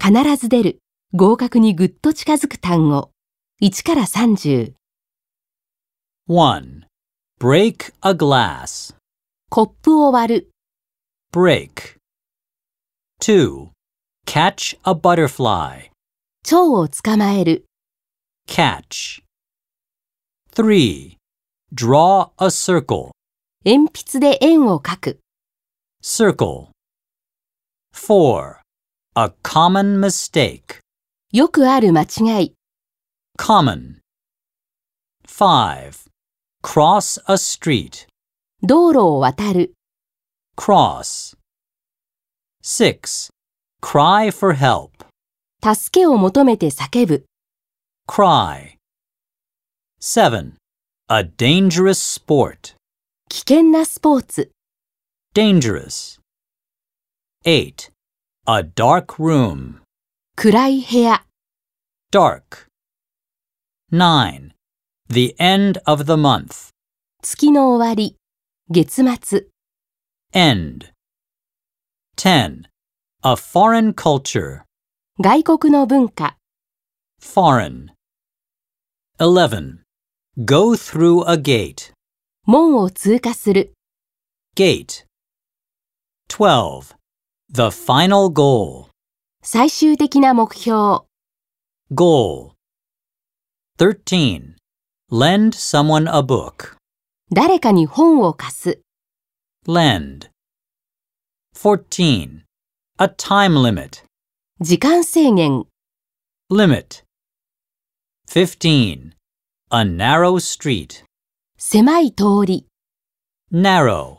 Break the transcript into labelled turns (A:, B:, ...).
A: 必ず出る、合格にぐっと近づく単語。1から30。
B: 1. Break a glass.
A: コップを割る。
B: Break. 2. Catch a butterfly.
A: 蝶を捕まえる。
B: Catch. 3. Draw a circle.
A: 鉛筆で円を描く。
B: Circle. 4. A common mistake.
A: よくある間違い。
B: Common. 5. Cross a street.
A: 道路を渡る。
B: Cross. 6. Cry for help.
A: 助けを求めて叫ぶ。
B: Cry. 7. A dangerous sport.
A: 危険なスポーツ。
B: Dangerous. 8. A dark room.
A: 暗い部屋。
B: Dark. 9. The end of the month.
A: 月の終わり。月末。
B: End. 10. A foreign culture.
A: 外国の文化。
B: Foreign. 11. Go through a gate.
A: 門を通過する。
B: Gate. 12. The final goal.
A: 最終的な目標。
B: Goal. 13. Lend someone a book.
A: 誰かに本を貸す。
B: Lend. 14. A time limit.
A: 時間制限。
B: Limit. 15. A narrow street.
A: 狭い通り。
B: Narrow.